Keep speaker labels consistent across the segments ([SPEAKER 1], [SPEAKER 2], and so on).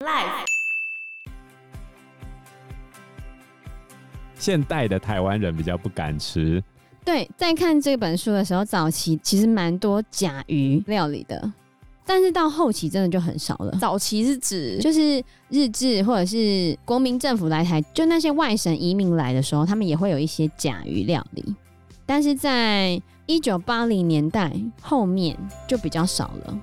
[SPEAKER 1] Life
[SPEAKER 2] 现代的台湾人比较不敢吃，
[SPEAKER 3] 对，在看这本书的时候，早期其实蛮多甲鱼料理的，但是到后期真的就很少了。
[SPEAKER 4] 早期是指
[SPEAKER 3] 就是日治或者是国民政府来台，就那些外省移民来的时候，他们也会有一些甲鱼料理，但是在一九八零年代后面就比较少了。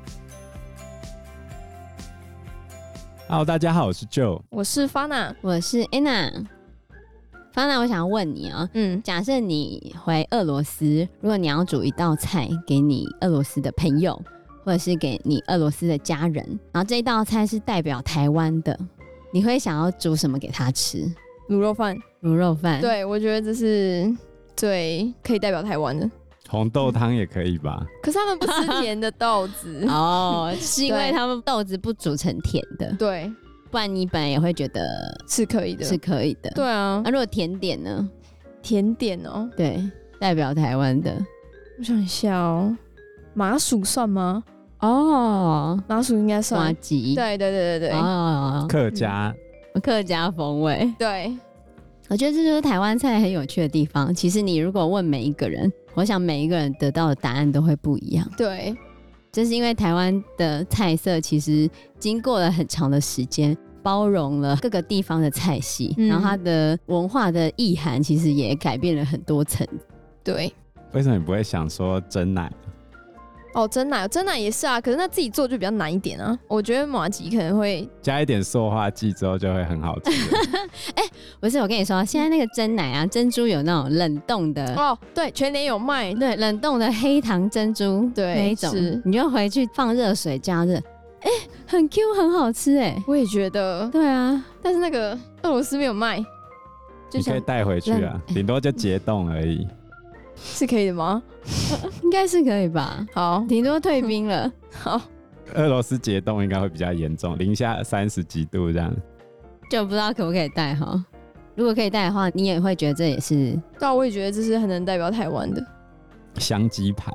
[SPEAKER 2] Hello，大家好，我是 Joe。
[SPEAKER 4] 我是 Fana，
[SPEAKER 3] 我是 Anna，方娜，我想问你啊、
[SPEAKER 4] 嗯，
[SPEAKER 3] 假设你回俄罗斯，如果你要煮一道菜给你俄罗斯的朋友，或者是给你俄罗斯的家人，然后这一道菜是代表台湾的，你会想要煮什么给他吃？
[SPEAKER 4] 卤肉饭，
[SPEAKER 3] 卤肉饭，，
[SPEAKER 4] 对我觉得这是最可以代表台湾的。
[SPEAKER 2] 红豆汤也可以吧？
[SPEAKER 4] 可是他们不吃甜的豆子，
[SPEAKER 3] 哦，是因为
[SPEAKER 4] 对
[SPEAKER 3] 他们豆子不煮成甜的，
[SPEAKER 4] 对，
[SPEAKER 3] 不然你本来也会觉得
[SPEAKER 4] 是可以的。
[SPEAKER 3] 是可以的。
[SPEAKER 4] 对啊
[SPEAKER 3] 那、，如果甜点呢？
[SPEAKER 4] 甜点哦、
[SPEAKER 3] 对，代表台湾的
[SPEAKER 4] 我想一下哦、麻薯算吗？
[SPEAKER 3] 哦，
[SPEAKER 4] 麻薯应该
[SPEAKER 3] 瓜
[SPEAKER 4] 算。
[SPEAKER 3] 吉，
[SPEAKER 4] 对对对对对、
[SPEAKER 3] 哦，
[SPEAKER 4] 嗯
[SPEAKER 2] 客家
[SPEAKER 3] 客家风味。
[SPEAKER 4] 对，
[SPEAKER 3] 我觉得这就是台湾菜很有趣的地方。其实你如果问每一个人，我想每一个人得到的答案都会不一样。
[SPEAKER 4] 对，
[SPEAKER 3] 这是因为台湾的菜色其实经过了很长的时间，包容了各个地方的菜系，
[SPEAKER 4] 嗯
[SPEAKER 3] 然后它的文化的意涵其实也改变了很多层。
[SPEAKER 4] 对。
[SPEAKER 2] 为什么你不会想说蒸奶？
[SPEAKER 4] 哦，真奶，真奶也是啊，可是那自己做就比较难一点啊。我觉得马吉可能会，
[SPEAKER 2] 加一点塑化剂之后就会很好吃
[SPEAKER 4] 嗯
[SPEAKER 2] 了？
[SPEAKER 3] 不是，我跟你说，现在那个蒸奶啊，珍珠有那种冷冻的。
[SPEAKER 4] 哦，对，全年有卖，
[SPEAKER 3] 对，冷冻的黑糖珍珠，
[SPEAKER 4] 对
[SPEAKER 3] 那一种
[SPEAKER 4] 是，
[SPEAKER 3] 你就回去放热水加热，哎、很 Q，很好吃哎、
[SPEAKER 4] 我也觉得，
[SPEAKER 3] 对啊，
[SPEAKER 4] 但是那个俄罗斯没有卖，就
[SPEAKER 2] 你可
[SPEAKER 4] 想
[SPEAKER 2] 以带回去啊，顶多就解冻而已。
[SPEAKER 4] 是可以的吗？
[SPEAKER 3] 应该是可以吧？
[SPEAKER 4] 好，
[SPEAKER 3] 顶多退兵了。
[SPEAKER 4] 好，
[SPEAKER 2] 俄罗斯解冻应该会比较严重，零下三十几度这样。
[SPEAKER 3] 就不知道可不可以带哈。如果可以带的话，你也会觉得这也是
[SPEAKER 4] 但我也觉得这是很能代表台湾的。
[SPEAKER 2] 香鸡排，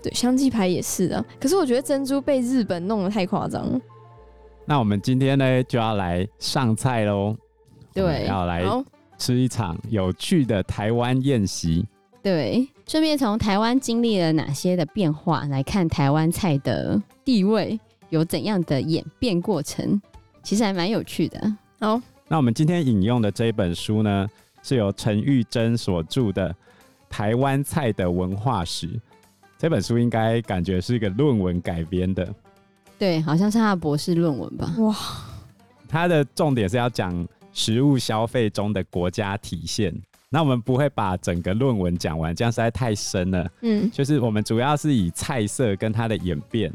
[SPEAKER 4] 对，香鸡排也是啊，可是我觉得珍珠被日本弄得太夸张了。
[SPEAKER 2] 那我们今天呢就要来上菜喽。
[SPEAKER 3] 对
[SPEAKER 2] 我们嗯要来
[SPEAKER 4] 好，
[SPEAKER 2] 吃一场有趣的台湾宴席。
[SPEAKER 3] 对。顺便从台湾经历了哪些的变化来看台湾菜的地位有怎样的演变过程，其实还蛮有趣的。
[SPEAKER 4] 好，
[SPEAKER 2] 那我们今天引用的这一本书呢，是由陈玉珍所著的《台湾菜的文化史》。这本书应该感觉是一个论文改编的，
[SPEAKER 3] 对，好像是他的博士论文吧？
[SPEAKER 4] 哇，
[SPEAKER 2] 它的重点是要讲食物消费中的国家体现。那我们不会把整个论文讲完，这样实在太深了。
[SPEAKER 4] 嗯，
[SPEAKER 2] 就是我们主要是以菜色跟它的演变，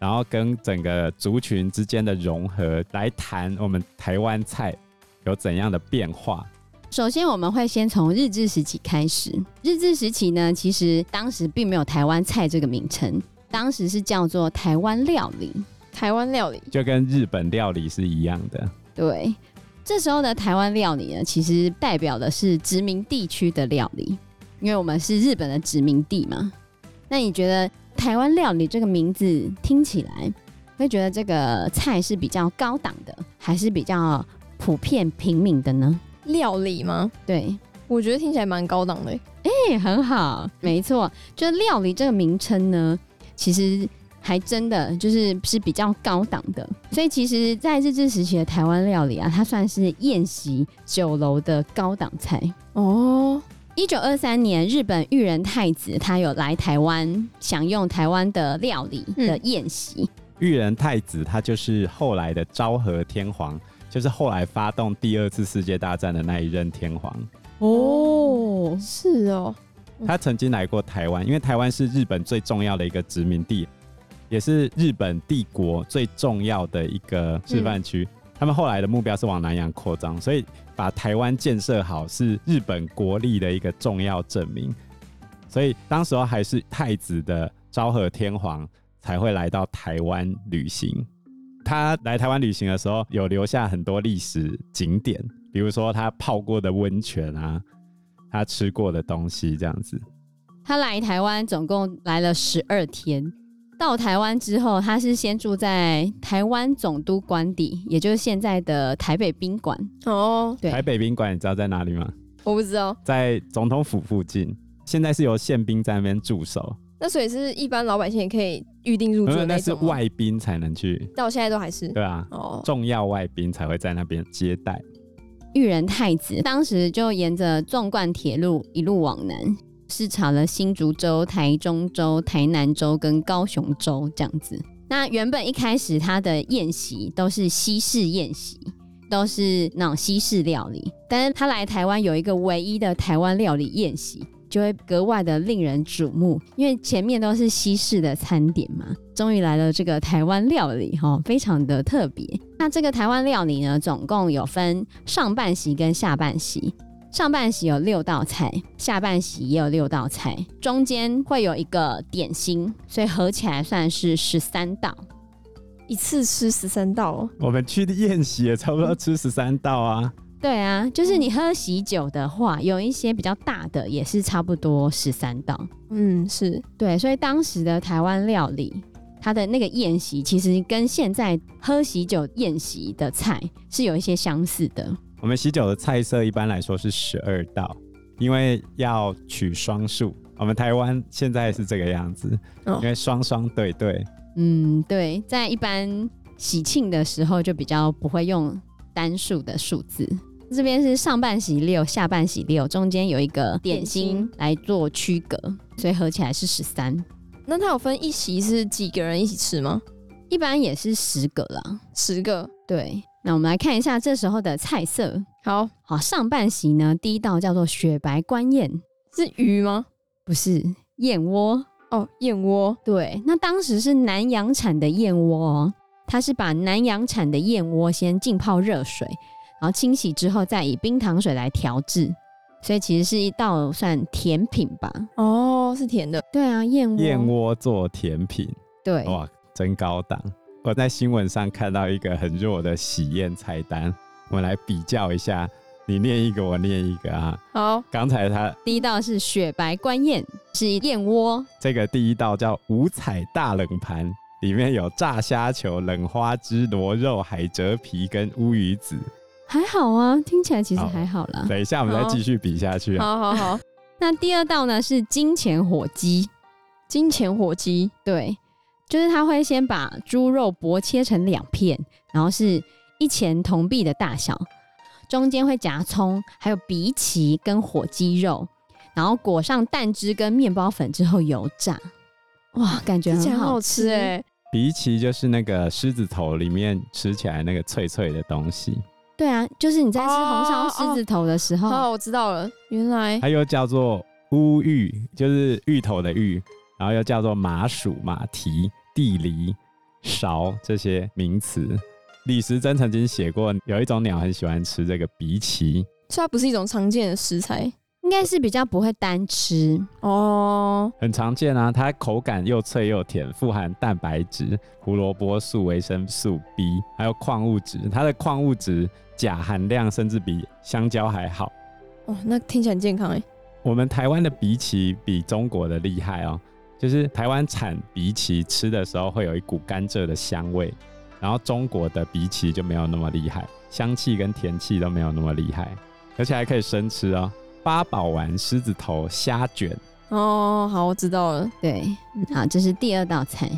[SPEAKER 2] 然后跟整个族群之间的融合来谈我们台湾菜有怎样的变化。
[SPEAKER 3] 首先，我们会先从日治时期开始。日治时期呢，其实当时并没有台湾菜这个名称，当时是叫做台湾料理。
[SPEAKER 4] 台湾料理，
[SPEAKER 2] 就跟日本料理是一样的。
[SPEAKER 3] 对，这时候的台湾料理呢，其实代表的是殖民地区的料理，因为我们是日本的殖民地嘛。那你觉得台湾料理这个名字听起来，会觉得这个菜是比较高档的，还是比较普遍平民的呢？
[SPEAKER 4] 料理吗？
[SPEAKER 3] 对，
[SPEAKER 4] 我觉得听起来蛮高档的欸。
[SPEAKER 3] 对，很好，没错，就料理这个名称呢，其实还真的就是是比较高档的，所以其实，在日治时期的台湾料理啊，它算是宴席酒楼的高档菜。
[SPEAKER 4] 哦，
[SPEAKER 3] 一九二三年，日本裕仁太子他有来台湾享用台湾的料理的宴席，
[SPEAKER 2] 裕仁太子他就是后来的昭和天皇，就是后来发动第二次世界大战的那一任天皇。
[SPEAKER 4] 哦，是哦，
[SPEAKER 2] 他曾经来过台湾，因为台湾是日本最重要的一个殖民地，也是日本帝国最重要的一个示范区。他们后来的目标是往南洋扩张，所以把台湾建设好是日本国力的一个重要证明。所以当时候还是太子的昭和天皇才会来到台湾旅行。他来台湾旅行的时候，有留下很多历史景点，比如说他泡过的温泉啊，他吃过的东西这样子。
[SPEAKER 3] 他来台湾总共来了十二天，到台湾之后，他是先住在台湾总督官邸，也就是现在的台北宾馆。
[SPEAKER 4] 哦，
[SPEAKER 3] 对，
[SPEAKER 2] 台北宾馆你知道在哪里吗？
[SPEAKER 4] 我不知道。
[SPEAKER 2] 在总统府附近。现在是由宪兵在那边驻守，
[SPEAKER 4] 那所以是一般老百姓也可以预定入
[SPEAKER 2] 因
[SPEAKER 4] 住的
[SPEAKER 2] 嗯为那是
[SPEAKER 4] 种啊吗，
[SPEAKER 2] 外宾才能去，
[SPEAKER 4] 到现在都还是
[SPEAKER 2] 对吧、
[SPEAKER 4] 哦，
[SPEAKER 2] 重要外宾才会在那边接待。
[SPEAKER 3] 裕仁太子当时就沿着纵贯铁路一路往南，视察了新竹州、台中州、台南州跟高雄州这样子。那原本一开始他的宴席都是西式宴席，都是那种西式料理，但是他来台湾有一个唯一的台湾料理宴席，就会格外的令人瞩目，因为前面都是西式的餐点嘛，终于来了这个台湾料理哈、哦，非常的特别。那这个台湾料理呢，总共有分上半席跟下半席。上半席有六道菜，下半席也有六道菜，中间会有一个点心，所以合起来算是十三道。
[SPEAKER 4] 一次吃十三道哦，
[SPEAKER 2] 我们去的宴席也差不多吃十三道啊，
[SPEAKER 3] 对啊，就是你喝喜酒的话，有一些比较大的也是差不多十三道。
[SPEAKER 4] 嗯，是
[SPEAKER 3] 对，所以当时的台湾料理，它的那个宴席其实跟现在喝喜酒宴席的菜是有一些相似的。
[SPEAKER 2] 我们喜酒的菜色一般来说是十二道，因为要取双数。我们台湾现在是这个样子，
[SPEAKER 4] 哦
[SPEAKER 2] 因为双双对对，
[SPEAKER 3] 嗯，对，在一般喜庆的时候就比较不会用单数的数字。这边是上半席六，下半席六，中间有一个点
[SPEAKER 4] 点
[SPEAKER 3] 心
[SPEAKER 4] 心
[SPEAKER 3] 来做区隔，所以合起来是十三。
[SPEAKER 4] 那它有分一席是几个人一起吃吗？
[SPEAKER 3] 一般也是十个啦。
[SPEAKER 4] 十个。
[SPEAKER 3] 对，那我们来看一下这时候的菜色。
[SPEAKER 4] 好，
[SPEAKER 3] 好，上半席呢，第一道叫做雪白观宴，
[SPEAKER 4] 是鱼吗？
[SPEAKER 3] 不是燕窝。
[SPEAKER 4] 哦，燕窝。
[SPEAKER 3] 对，那当时是南洋产的燕窝哦，它是把南洋产的燕窝先浸泡热水，然后清洗之后再以冰糖水来调制，所以其实是一道算甜品吧。
[SPEAKER 4] 哦，是甜的。
[SPEAKER 3] 对啊，燕窝，
[SPEAKER 2] 燕窝哦做甜品，
[SPEAKER 3] 对，
[SPEAKER 2] 哇，真高档！我在新闻上看到一个很弱的喜宴菜单，我们来比较一下，你念一个，我念一个啊。
[SPEAKER 4] 好，
[SPEAKER 2] 刚才他
[SPEAKER 3] 第一道是雪白观燕，是燕窝，
[SPEAKER 2] 这个第一道叫五彩大冷盘，里面有炸虾球、冷花枝、螺肉、海蜇皮跟乌鱼子。
[SPEAKER 3] 还好啊，听起来其实
[SPEAKER 2] 好
[SPEAKER 3] 还好啦。
[SPEAKER 2] 等一下我们再
[SPEAKER 4] 好
[SPEAKER 2] 继续比下去啊。
[SPEAKER 4] 好好 好，
[SPEAKER 3] 那第二道呢是金钱火鸡，
[SPEAKER 4] 金钱火鸡。
[SPEAKER 3] 对，就是他会先把猪肉薄切成两片，然后是一钱铜币的大小，中间会夹葱，还有荸荠跟火鸡肉，然后裹上蛋汁跟面包粉之后油炸。哇，感觉
[SPEAKER 4] 听起来
[SPEAKER 3] 很
[SPEAKER 4] 很好
[SPEAKER 3] 好
[SPEAKER 4] 吃
[SPEAKER 3] 吃欸
[SPEAKER 4] 哎、
[SPEAKER 2] 荸荠就是那个狮子头里面吃起来那个脆脆的东西，
[SPEAKER 3] 对啊，就是你在吃红烧
[SPEAKER 4] 哦哦
[SPEAKER 3] 狮子头的时候，
[SPEAKER 4] 好，我知道了，原来
[SPEAKER 2] 它又叫做乌芋，就是芋头的芋，然后又叫做麻薯、马蹄、地梨、苕这些名词。李时珍曾经写过，有一种鸟很喜欢吃这个荸荠，
[SPEAKER 4] 所以它不是一种常见的食材
[SPEAKER 3] 应该是比较不会单吃。
[SPEAKER 4] 哦。
[SPEAKER 2] 很常见啊。它口感又脆又甜，富含蛋白质、胡萝卜素、维生素 B，还有矿物质。它的矿物质钾含量甚至比香蕉还好。
[SPEAKER 4] 哦，那听起来很健康哎、
[SPEAKER 2] 我们台湾的荸荠比中国的厉害哦，就是台湾产荸荠吃的时候会有一股甘蔗的香味，然后中国的荸荠就没有那么厉害，香气跟甜气都没有那么厉害，而且还可以生吃哦。八宝丸、狮子头、虾卷，
[SPEAKER 4] 哦，好，我知道了。
[SPEAKER 3] 对，
[SPEAKER 4] 嗯
[SPEAKER 3] 好，这是第二道菜。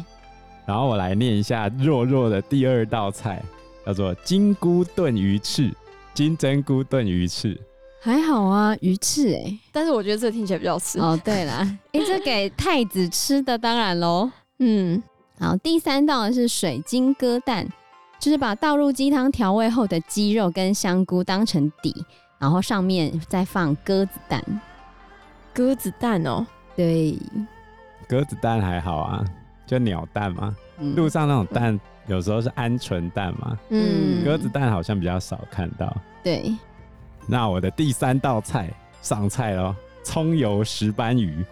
[SPEAKER 2] 然后我来念一下弱弱的第二道菜，叫做金菇炖鱼翅，金针菇炖鱼翅。
[SPEAKER 3] 还好啊，鱼翅哎、
[SPEAKER 4] 但是我觉得这听起来比较好吃。
[SPEAKER 3] 哦，对 啦，哎、这给太子吃的当然喽。
[SPEAKER 4] 嗯，
[SPEAKER 3] 好，第三道呢是水晶鸽蛋，就是把倒入鸡汤调味后的鸡肉跟香菇当成底，然后上面再放鸽子蛋。
[SPEAKER 4] 鸽子蛋哦，
[SPEAKER 3] 对，
[SPEAKER 2] 鸽子蛋还好啊，就鸟蛋嘛。路
[SPEAKER 3] 嗯，
[SPEAKER 2] 上那种蛋有时候是鹌鹑蛋嘛，
[SPEAKER 3] 嗯
[SPEAKER 2] 鸽子蛋好像比较少看到。
[SPEAKER 3] 对，
[SPEAKER 2] 那我的第三道菜上菜喽，葱油石斑鱼。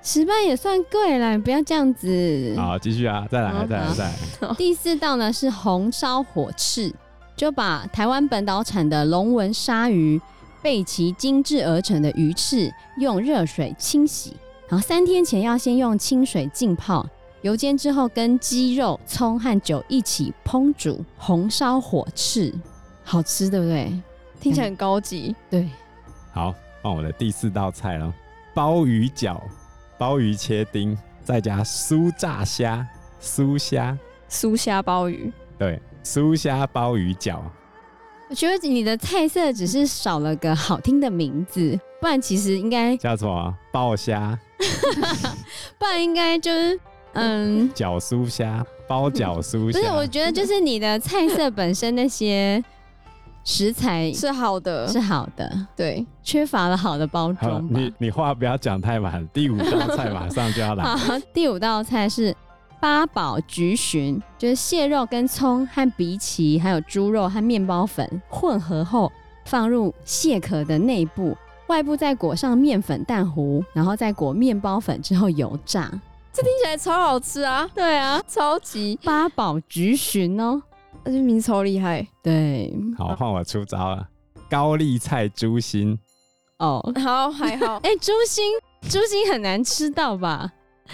[SPEAKER 3] 石斑也算贵啦，不要这样子。
[SPEAKER 2] 好，继续啊，再来，
[SPEAKER 4] 好
[SPEAKER 2] 再来，
[SPEAKER 3] 嗯好
[SPEAKER 2] 再来。
[SPEAKER 3] 第四道呢是红烧火翅，就把台湾本岛产的龙纹鲨鱼贝鳍精致而成的鱼翅，用热水清洗，然后三天前要先用清水浸泡，油煎之后跟鸡肉、葱和酒一起烹煮，红烧火翅，好吃，对不对？
[SPEAKER 4] 听起来很高级。
[SPEAKER 3] 对，
[SPEAKER 2] 好，换我的第四道菜了，鲍鱼饺，鲍鱼切丁，再加酥炸虾，酥虾，
[SPEAKER 4] 酥虾鲍鱼，
[SPEAKER 2] 对，酥虾鲍鱼饺。
[SPEAKER 3] 我觉得你的菜色只是少了个好听的名字，不然其实应该，
[SPEAKER 2] 叫什么？鲍虾、
[SPEAKER 3] 不然应该就是，嗯，
[SPEAKER 2] 饺酥虾、包饺酥
[SPEAKER 3] 不是，我
[SPEAKER 2] 虾。
[SPEAKER 3] 觉得就是你的菜色本身那些食材
[SPEAKER 4] 嗯是好的，
[SPEAKER 3] 是好的，
[SPEAKER 4] 对，
[SPEAKER 3] 缺乏了好的包
[SPEAKER 2] 好，
[SPEAKER 3] 装吧。
[SPEAKER 2] 你你话不要讲太满，第五道菜马上就要 来。
[SPEAKER 3] 好，第五道菜是八宝菊荨，就是蟹肉跟葱和荸荠，还有猪肉和面包粉混合后，放入蟹壳的内部，外部再裹上面粉蛋糊，然后再裹面包粉之后油炸。
[SPEAKER 4] 听起来超好吃啊！对啊，超级，
[SPEAKER 3] 八宝菊荨哦，
[SPEAKER 4] 而且名字超厉害。
[SPEAKER 3] 对
[SPEAKER 2] 好，换我出招了，高丽菜猪心。
[SPEAKER 3] 哦，，
[SPEAKER 4] 好，还好
[SPEAKER 3] 哎、猪心，猪心很难吃到吧？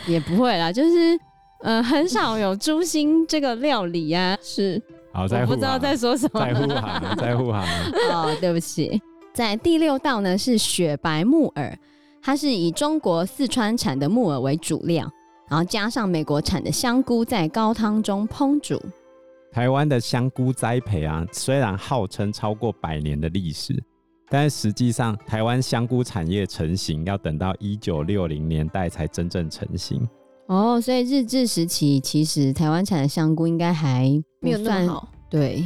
[SPEAKER 3] 也不会啦，就是呃，很少有猪心这个料理呀、
[SPEAKER 4] 是
[SPEAKER 2] 好，
[SPEAKER 3] 我
[SPEAKER 2] 在
[SPEAKER 3] 不
[SPEAKER 2] 护
[SPEAKER 3] 知道
[SPEAKER 2] 航，
[SPEAKER 3] 在说什么。
[SPEAKER 2] 在护航， 在啊护航。
[SPEAKER 3] 哦，对不起。在第六道呢是雪白木耳，它是以中国四川产的木耳为主料，然后加上美国产的香菇，在高汤中烹煮。
[SPEAKER 2] 台湾的香菇栽培啊，虽然号称超过百年的历史，但实际上台湾香菇产业成型要等到一九六零年代才真正成型。
[SPEAKER 3] 哦，所以日治时期其实台湾产的香菇应该还不
[SPEAKER 4] 没有那
[SPEAKER 3] 算
[SPEAKER 4] 么好。
[SPEAKER 3] 对，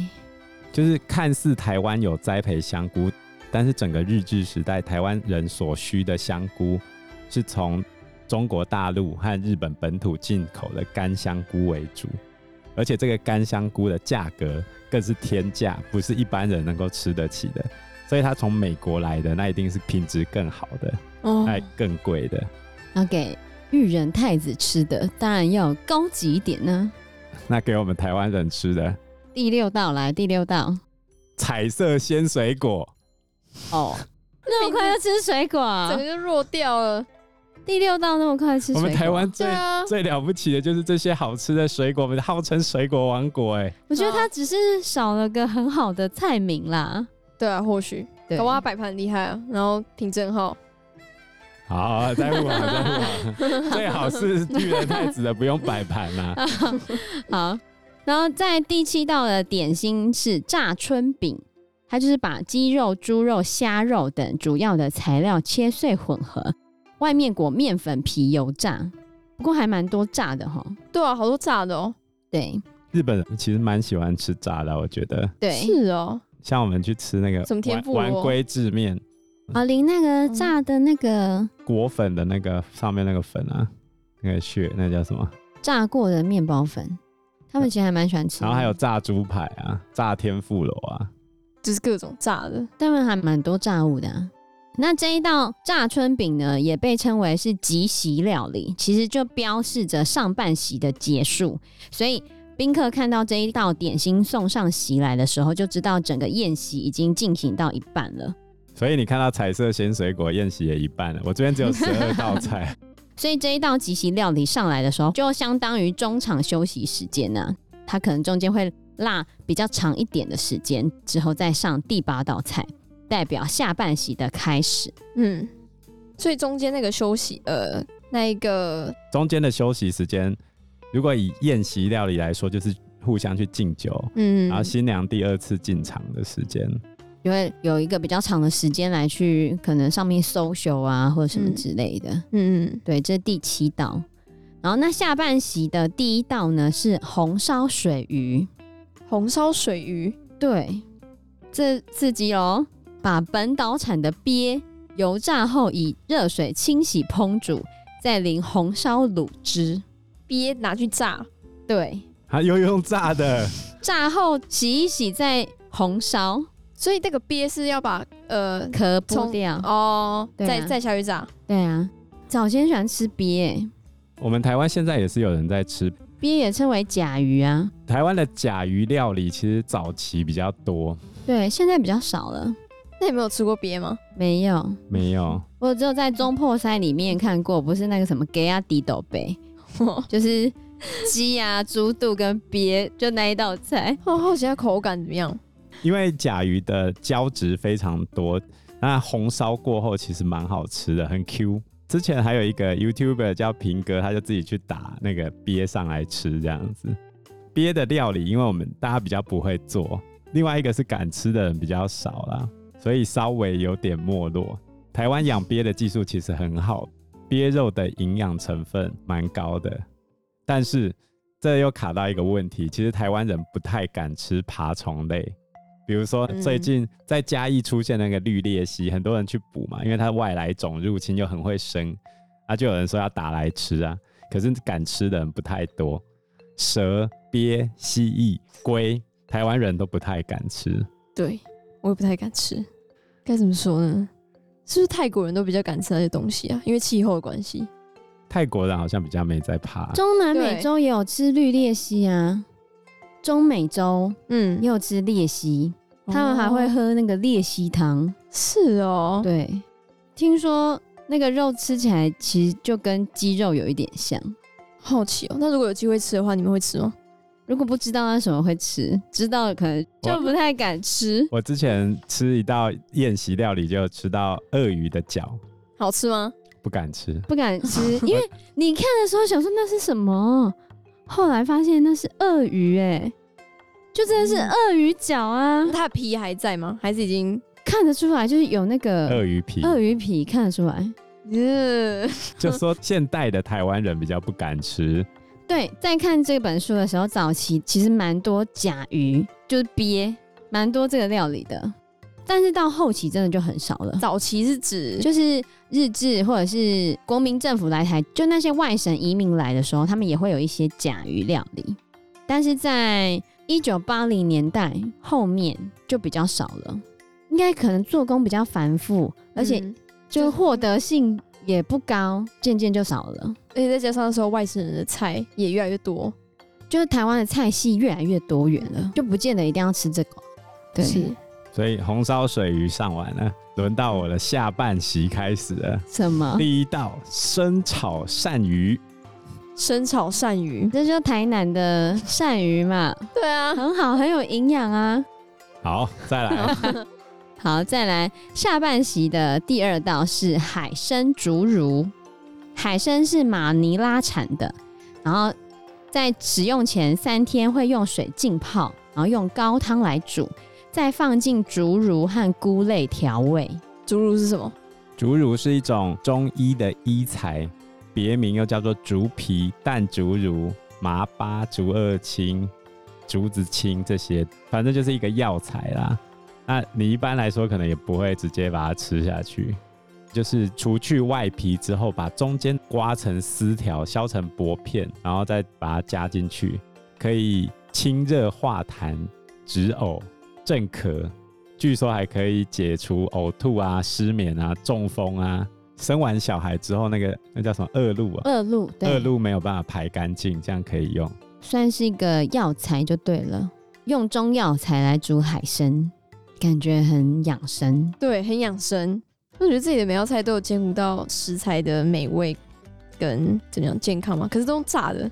[SPEAKER 2] 就是看似台湾有栽培香菇，但是整个日治时代台湾人所需的香菇是从中国大陆和日本本土进口的干香菇为主，而且这个干香菇的价格更是天价，不是一般人能够吃得起的。所以它从美国来的，那一定是品质更好的，
[SPEAKER 4] 哦
[SPEAKER 2] 还更贵的。
[SPEAKER 3] 要给裕仁太子吃的，当然要高级一点呢、
[SPEAKER 2] 那给我们台湾人吃的
[SPEAKER 3] 第六道来，第六道
[SPEAKER 2] 彩色鲜水果，
[SPEAKER 3] 哦， 那么快就吃水果啊
[SPEAKER 4] 整？个就弱掉了。
[SPEAKER 3] 第六道那么快吃水
[SPEAKER 2] 我
[SPEAKER 3] 果？
[SPEAKER 2] 们台湾最、
[SPEAKER 4] 对 啊，
[SPEAKER 2] 最了不起的就是这些好吃的水果，我们号称水果王国哎、
[SPEAKER 3] 我觉得它只是少了个很好的菜名啦。
[SPEAKER 4] 对啊，或许，
[SPEAKER 3] 对
[SPEAKER 4] 搞不好他摆盘很厉害啊，然后挺正浩，
[SPEAKER 2] 好，在护航，在护 航，最好是巨人太子的，不用摆盘啊啦。
[SPEAKER 3] 好，然后在第七道的点心是炸春饼，它就是把鸡肉、猪肉、虾肉等主要的材料切碎混合，外面裹面粉皮油炸。不过还蛮多炸的哈。
[SPEAKER 4] 对啊，好多炸的哦，
[SPEAKER 3] 对
[SPEAKER 2] 日本人其实蛮喜欢吃炸的，我觉得，
[SPEAKER 3] 对，
[SPEAKER 4] 是哦，
[SPEAKER 2] 像我们去吃那个
[SPEAKER 4] 什么天
[SPEAKER 2] 丸
[SPEAKER 4] 妇罗
[SPEAKER 2] 丸龟制面，
[SPEAKER 3] 啊，淋那个炸的那个
[SPEAKER 2] 裹粉的那个上面那个粉啊，那个血，那叫什么？
[SPEAKER 3] 炸过的面包粉，他们其实还蛮喜欢吃的。
[SPEAKER 2] 呃然后还有炸猪排啊，炸天妇罗啊，
[SPEAKER 4] 就是各种炸的，
[SPEAKER 3] 他们还蛮多炸物的啊、那这一道炸春饼呢，也被称为是即席料理，其实就标示着上半席的结束。所以宾客看到这一道点心送上席来的时候，就知道整个宴席已经进行到一半了。
[SPEAKER 2] 所以你看到彩色鲜水果宴席也一半了，我这边只有十二道菜，
[SPEAKER 3] 所以这一道即席料理上来的时候，就相当于中场休息时间呢、它可能中间会落比较长一点的时间，之后再上第八道菜，代表下半席的开始。
[SPEAKER 4] 嗯，所以中间那个休息，呃，那一个
[SPEAKER 2] 中间的休息时间，如果以宴席料理来说，就是互相去敬酒，
[SPEAKER 4] 嗯
[SPEAKER 2] 然后新娘第二次进场的时间。
[SPEAKER 3] 就会有一个比较长的时间来去可能上面搜寻啊，或者什么之类的。
[SPEAKER 4] 嗯，
[SPEAKER 3] 对，这是第七道。然后那下半席的第一道呢是红烧水鱼，
[SPEAKER 4] 红烧水鱼，
[SPEAKER 3] 对，这刺激喽！把本岛产的鳖油炸后，以热水清洗烹煮，再淋红烧卤汁。
[SPEAKER 4] 鳖拿去炸，
[SPEAKER 3] 对，
[SPEAKER 2] 啊，又用炸的，
[SPEAKER 3] 炸后洗一洗再红烧，
[SPEAKER 4] 所以那个鳖是要把呃
[SPEAKER 3] 壳剥
[SPEAKER 4] 葱
[SPEAKER 3] 掉。
[SPEAKER 4] 哦，
[SPEAKER 3] 对啊
[SPEAKER 4] 再再下去炸，
[SPEAKER 3] 对啊，早先喜欢吃鳖、欸，
[SPEAKER 2] 我们台湾现在也是有人在吃。
[SPEAKER 3] 鳖也称为甲鱼啊。
[SPEAKER 2] 台湾的甲鱼料理其实早期比较多，
[SPEAKER 3] 对，现在比较少了，
[SPEAKER 4] 那你没有吃过鳖吗？
[SPEAKER 3] 没有。
[SPEAKER 2] 没有
[SPEAKER 3] 我只有在中破塞里面看过，不是那个什么 g a y a d i d o 杯，就是鸡啊、猪肚跟鳖，就那一道菜。
[SPEAKER 4] 好哦好奇它口感怎么样？
[SPEAKER 2] 因为甲鱼的胶质非常多，那红烧过后其实蛮好吃的，很 Q。之前还有一个 YouTuber 叫平哥，他就自己去打那个鳖上来吃，这样子。鳖的料理，因为我们大家比较不会做，另外一个是敢吃的人比较少啦，所以稍微有点没落。台湾养鳖的技术其实很好，鳖肉的营养成分蛮高的，但是这又卡到一个问题，其实台湾人不太敢吃爬虫类，比如说
[SPEAKER 4] 嗯
[SPEAKER 2] 最近在嘉义出现那个绿鬣蜥，很多人去捕嘛，因为它外来种入侵又很会生，啊，就有人说要打来吃啊，可是敢吃的人不太多，蛇、鳖、蜥蜴、龟，台湾人都不太敢吃。
[SPEAKER 4] 对我也不太敢吃，该怎么说呢？是不是泰国人都比较敢吃那些东西啊？因为气候的关系。
[SPEAKER 2] 泰国人好像比较没在怕，
[SPEAKER 3] 中南
[SPEAKER 4] 对
[SPEAKER 3] 美洲也有吃绿鬣蜥啊，中美洲
[SPEAKER 4] 嗯
[SPEAKER 3] 也，有吃鬣蜥，他们还会
[SPEAKER 4] 哦
[SPEAKER 3] 喝那个鬣蜥汤。
[SPEAKER 4] 是哦，
[SPEAKER 3] 对，听说那个肉吃起来其实就跟鸡肉有一点像。
[SPEAKER 4] 好奇哦。那如果有机会吃的话，你们会吃吗？
[SPEAKER 3] 如果不知道那什么会吃，知道可能就不太敢吃。
[SPEAKER 2] 我之前吃一道宴席料理，就吃到鳄鱼的脚，
[SPEAKER 4] 好吃吗？
[SPEAKER 2] 不敢吃。
[SPEAKER 3] 不敢 吃，因为你看的时候想说那是什么，后来发现那是鳄鱼、哎，就真的是
[SPEAKER 2] 嗯
[SPEAKER 3] 鳄鱼脚啊，
[SPEAKER 4] 它的皮还在吗？还是已经？
[SPEAKER 3] 看得出来就是有那
[SPEAKER 2] 嗯鳄
[SPEAKER 3] 个
[SPEAKER 2] 鱼皮，
[SPEAKER 3] 鳄鱼皮看得出来。
[SPEAKER 4] 呃，
[SPEAKER 2] 就说现代的台湾人比较不敢吃，
[SPEAKER 3] 对，在看这本书的时候，早期其实蛮多甲鱼，就是鳖，蛮多这个料理的，但是到后期真的就很少了。
[SPEAKER 4] 早期是指
[SPEAKER 3] 就是日治或者是国民政府来台，就那些外省移民来的时候，他们也会有一些甲鱼料理，但是在一九八零年代后面就比较少了，应该可能做工比较繁复，而且
[SPEAKER 4] 嗯
[SPEAKER 3] 就获得性也不高，渐渐就少了。
[SPEAKER 4] 而且再加上那时候外省人的菜也越来越多，
[SPEAKER 3] 就是台湾的菜系越来越多元了，就不见得一定要吃这个。对，
[SPEAKER 4] 是
[SPEAKER 2] 所以红烧水鱼上完了，轮到我的下半席开始了。
[SPEAKER 3] 什么？
[SPEAKER 2] 第一道生炒鳝鱼，
[SPEAKER 4] 生炒鳝鱼。
[SPEAKER 3] 这就是台南的鳝鱼嘛，
[SPEAKER 4] 对啊，
[SPEAKER 3] 很好，很有营养啊。
[SPEAKER 2] 好，再来
[SPEAKER 3] 好，再来下半席的第二道是海参竹茹，海参是马尼拉产的，然后在使用前三天会用水浸泡，然后用高汤来煮，再放进竹茹和菇类调味。
[SPEAKER 4] 猪乳是什么？
[SPEAKER 2] 竹乳是一种中医的医材，别名又叫做竹皮、淡竹乳、麻巴、竹二青、竹子青这些，反正就是一个药材啦。那你一般来说可能也不会直接把它吃下去，就是除去外皮之后，把中间刮成丝条，削成薄片，然后再把它加进去，可以清热化痰、止呕、镇咳，据说还可以解除呕吐啊、失眠啊、中风啊。生完小孩之后，那个那叫什么恶露啊？
[SPEAKER 3] 恶露，对，
[SPEAKER 2] 恶露没有办法排干净，这样可以用。
[SPEAKER 3] 算是一个药材就对了，用中药材来煮海参，感觉很养生。
[SPEAKER 4] 对，很养生。我觉得自己的每道菜都有兼顾到食材的美味跟怎么样健康嘛，可是都用炸的。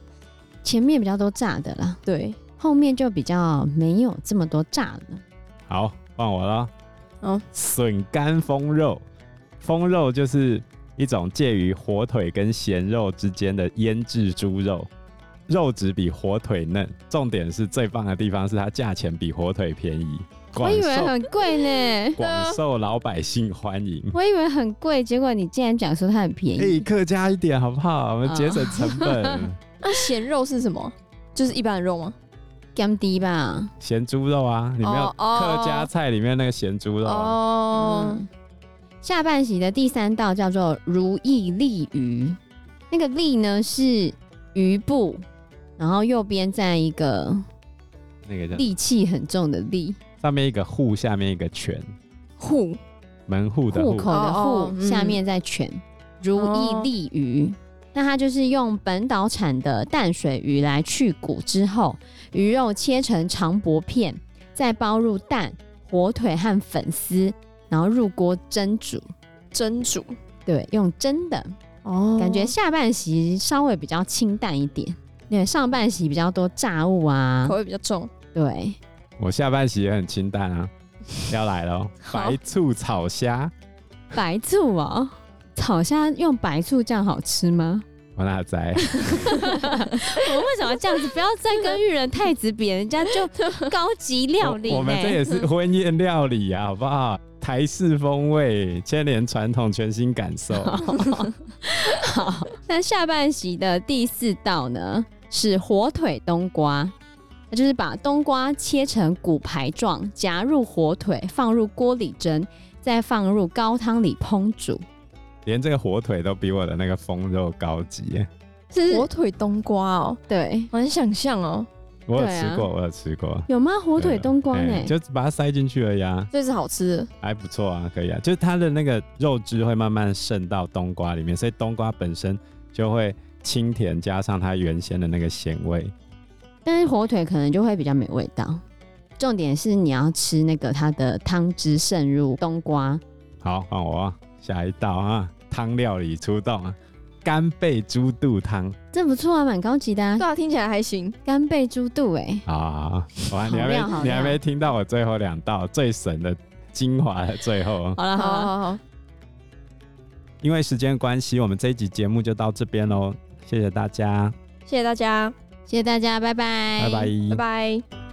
[SPEAKER 3] 前面比较多炸的啦，
[SPEAKER 4] 对，
[SPEAKER 3] 后面就比较没有这么多炸了。
[SPEAKER 2] 好，换我了。
[SPEAKER 4] 哦，
[SPEAKER 2] 笋干风肉，风肉就是一种介于火腿跟咸肉之间的腌制猪肉，肉质比火腿嫩。重点是最棒的地方是它价钱比火腿便宜，
[SPEAKER 3] 我
[SPEAKER 2] 广
[SPEAKER 3] 以为
[SPEAKER 2] 受
[SPEAKER 3] 很贵呢，
[SPEAKER 2] 广受老百姓欢迎。
[SPEAKER 3] 我以为很贵，结果你竟然讲说它很便
[SPEAKER 2] 哎、
[SPEAKER 3] 宜。
[SPEAKER 2] 客家一点好不好？我们节省成本。
[SPEAKER 4] 那咸肉是什么？就是一般的肉吗？
[SPEAKER 3] 降低吧，
[SPEAKER 2] 咸猪肉啊，你没有
[SPEAKER 4] 哦哦
[SPEAKER 2] 客家菜里面那个咸猪肉啊、
[SPEAKER 4] 哦，
[SPEAKER 3] 嗯。下半席的第三道叫做如意利鱼，那个利呢是鱼部，然后右边在一个
[SPEAKER 2] 那个叫
[SPEAKER 3] 力气很重的力，
[SPEAKER 2] 上面一个户，下面一个犬，
[SPEAKER 4] 户
[SPEAKER 2] 门户的
[SPEAKER 3] 户
[SPEAKER 2] 户。
[SPEAKER 3] 口的户，
[SPEAKER 4] 哦哦嗯
[SPEAKER 3] 下面再犬，如意利鱼。那它就是用本岛产的淡水鱼来去骨之后，鱼肉切成长薄片，再包入蛋、火腿和粉丝，然后入锅蒸煮。
[SPEAKER 4] 蒸煮
[SPEAKER 3] 对，用蒸的，
[SPEAKER 4] 哦
[SPEAKER 3] 感觉下半席稍微比较清淡一点。对，上半席比较多炸物啊
[SPEAKER 4] 口，味比较重。
[SPEAKER 3] 对，
[SPEAKER 2] 我下半席也很清淡 啊，要来了哦，
[SPEAKER 4] 好
[SPEAKER 2] 白醋炒虾，
[SPEAKER 3] 白醋哦， 炒虾用白醋酱好吃吗？
[SPEAKER 2] 我哪在？
[SPEAKER 3] 我为什么要这样子？不要再跟裕仁太子比，人家就高级 料理、
[SPEAKER 2] 我，
[SPEAKER 3] 呢。
[SPEAKER 2] 我们这也是婚宴料理啊，好不好？台式风味，牵连传统，全新感受。
[SPEAKER 3] 好， 那下半席的第四道呢是火腿冬瓜，那就是把冬瓜切成骨排状，夹入火腿，放入锅里蒸，再放入高汤里烹煮。
[SPEAKER 2] 连这个火腿都比我的那个风肉高级
[SPEAKER 3] 啊
[SPEAKER 2] 耶，
[SPEAKER 3] 是
[SPEAKER 4] 火腿冬瓜哦，
[SPEAKER 3] 对，
[SPEAKER 4] 好难想象哦，
[SPEAKER 2] 我有
[SPEAKER 3] 对啊
[SPEAKER 2] 吃过，我有吃过。
[SPEAKER 3] 有吗？火
[SPEAKER 2] 对
[SPEAKER 3] 腿
[SPEAKER 2] 啊
[SPEAKER 3] 冬瓜呢、
[SPEAKER 2] 哎就把它塞进去而已啊，
[SPEAKER 4] 这是好吃的。
[SPEAKER 2] 还不错啊，可以啊。就是它的那个肉汁会慢慢渗到冬瓜里面，所以冬瓜本身就会清甜，加上它原先的那个咸味。
[SPEAKER 3] 但是火腿可能就会比较没味道。重点是你要吃那个它的汤汁渗入冬瓜，
[SPEAKER 2] 好，换我啊，下一道啊，汤料理出动啊，干贝猪肚汤
[SPEAKER 3] 这不错啊，蛮高级的、啊
[SPEAKER 4] 对，啊，听起来还行。
[SPEAKER 3] 干贝猪肚哎、
[SPEAKER 2] 啊！哇，你还
[SPEAKER 3] 好料好
[SPEAKER 2] 没你还
[SPEAKER 3] 料
[SPEAKER 2] 没听到我最后两道最神的精华的最后，
[SPEAKER 3] 好了
[SPEAKER 4] 啊好
[SPEAKER 3] 好了，
[SPEAKER 4] 好好，
[SPEAKER 2] 因为时间关系，我们这一集节目就到这边喽，谢谢大家，
[SPEAKER 4] 谢谢大家，
[SPEAKER 3] 谢谢大家，拜拜，
[SPEAKER 2] 拜拜
[SPEAKER 4] 拜拜。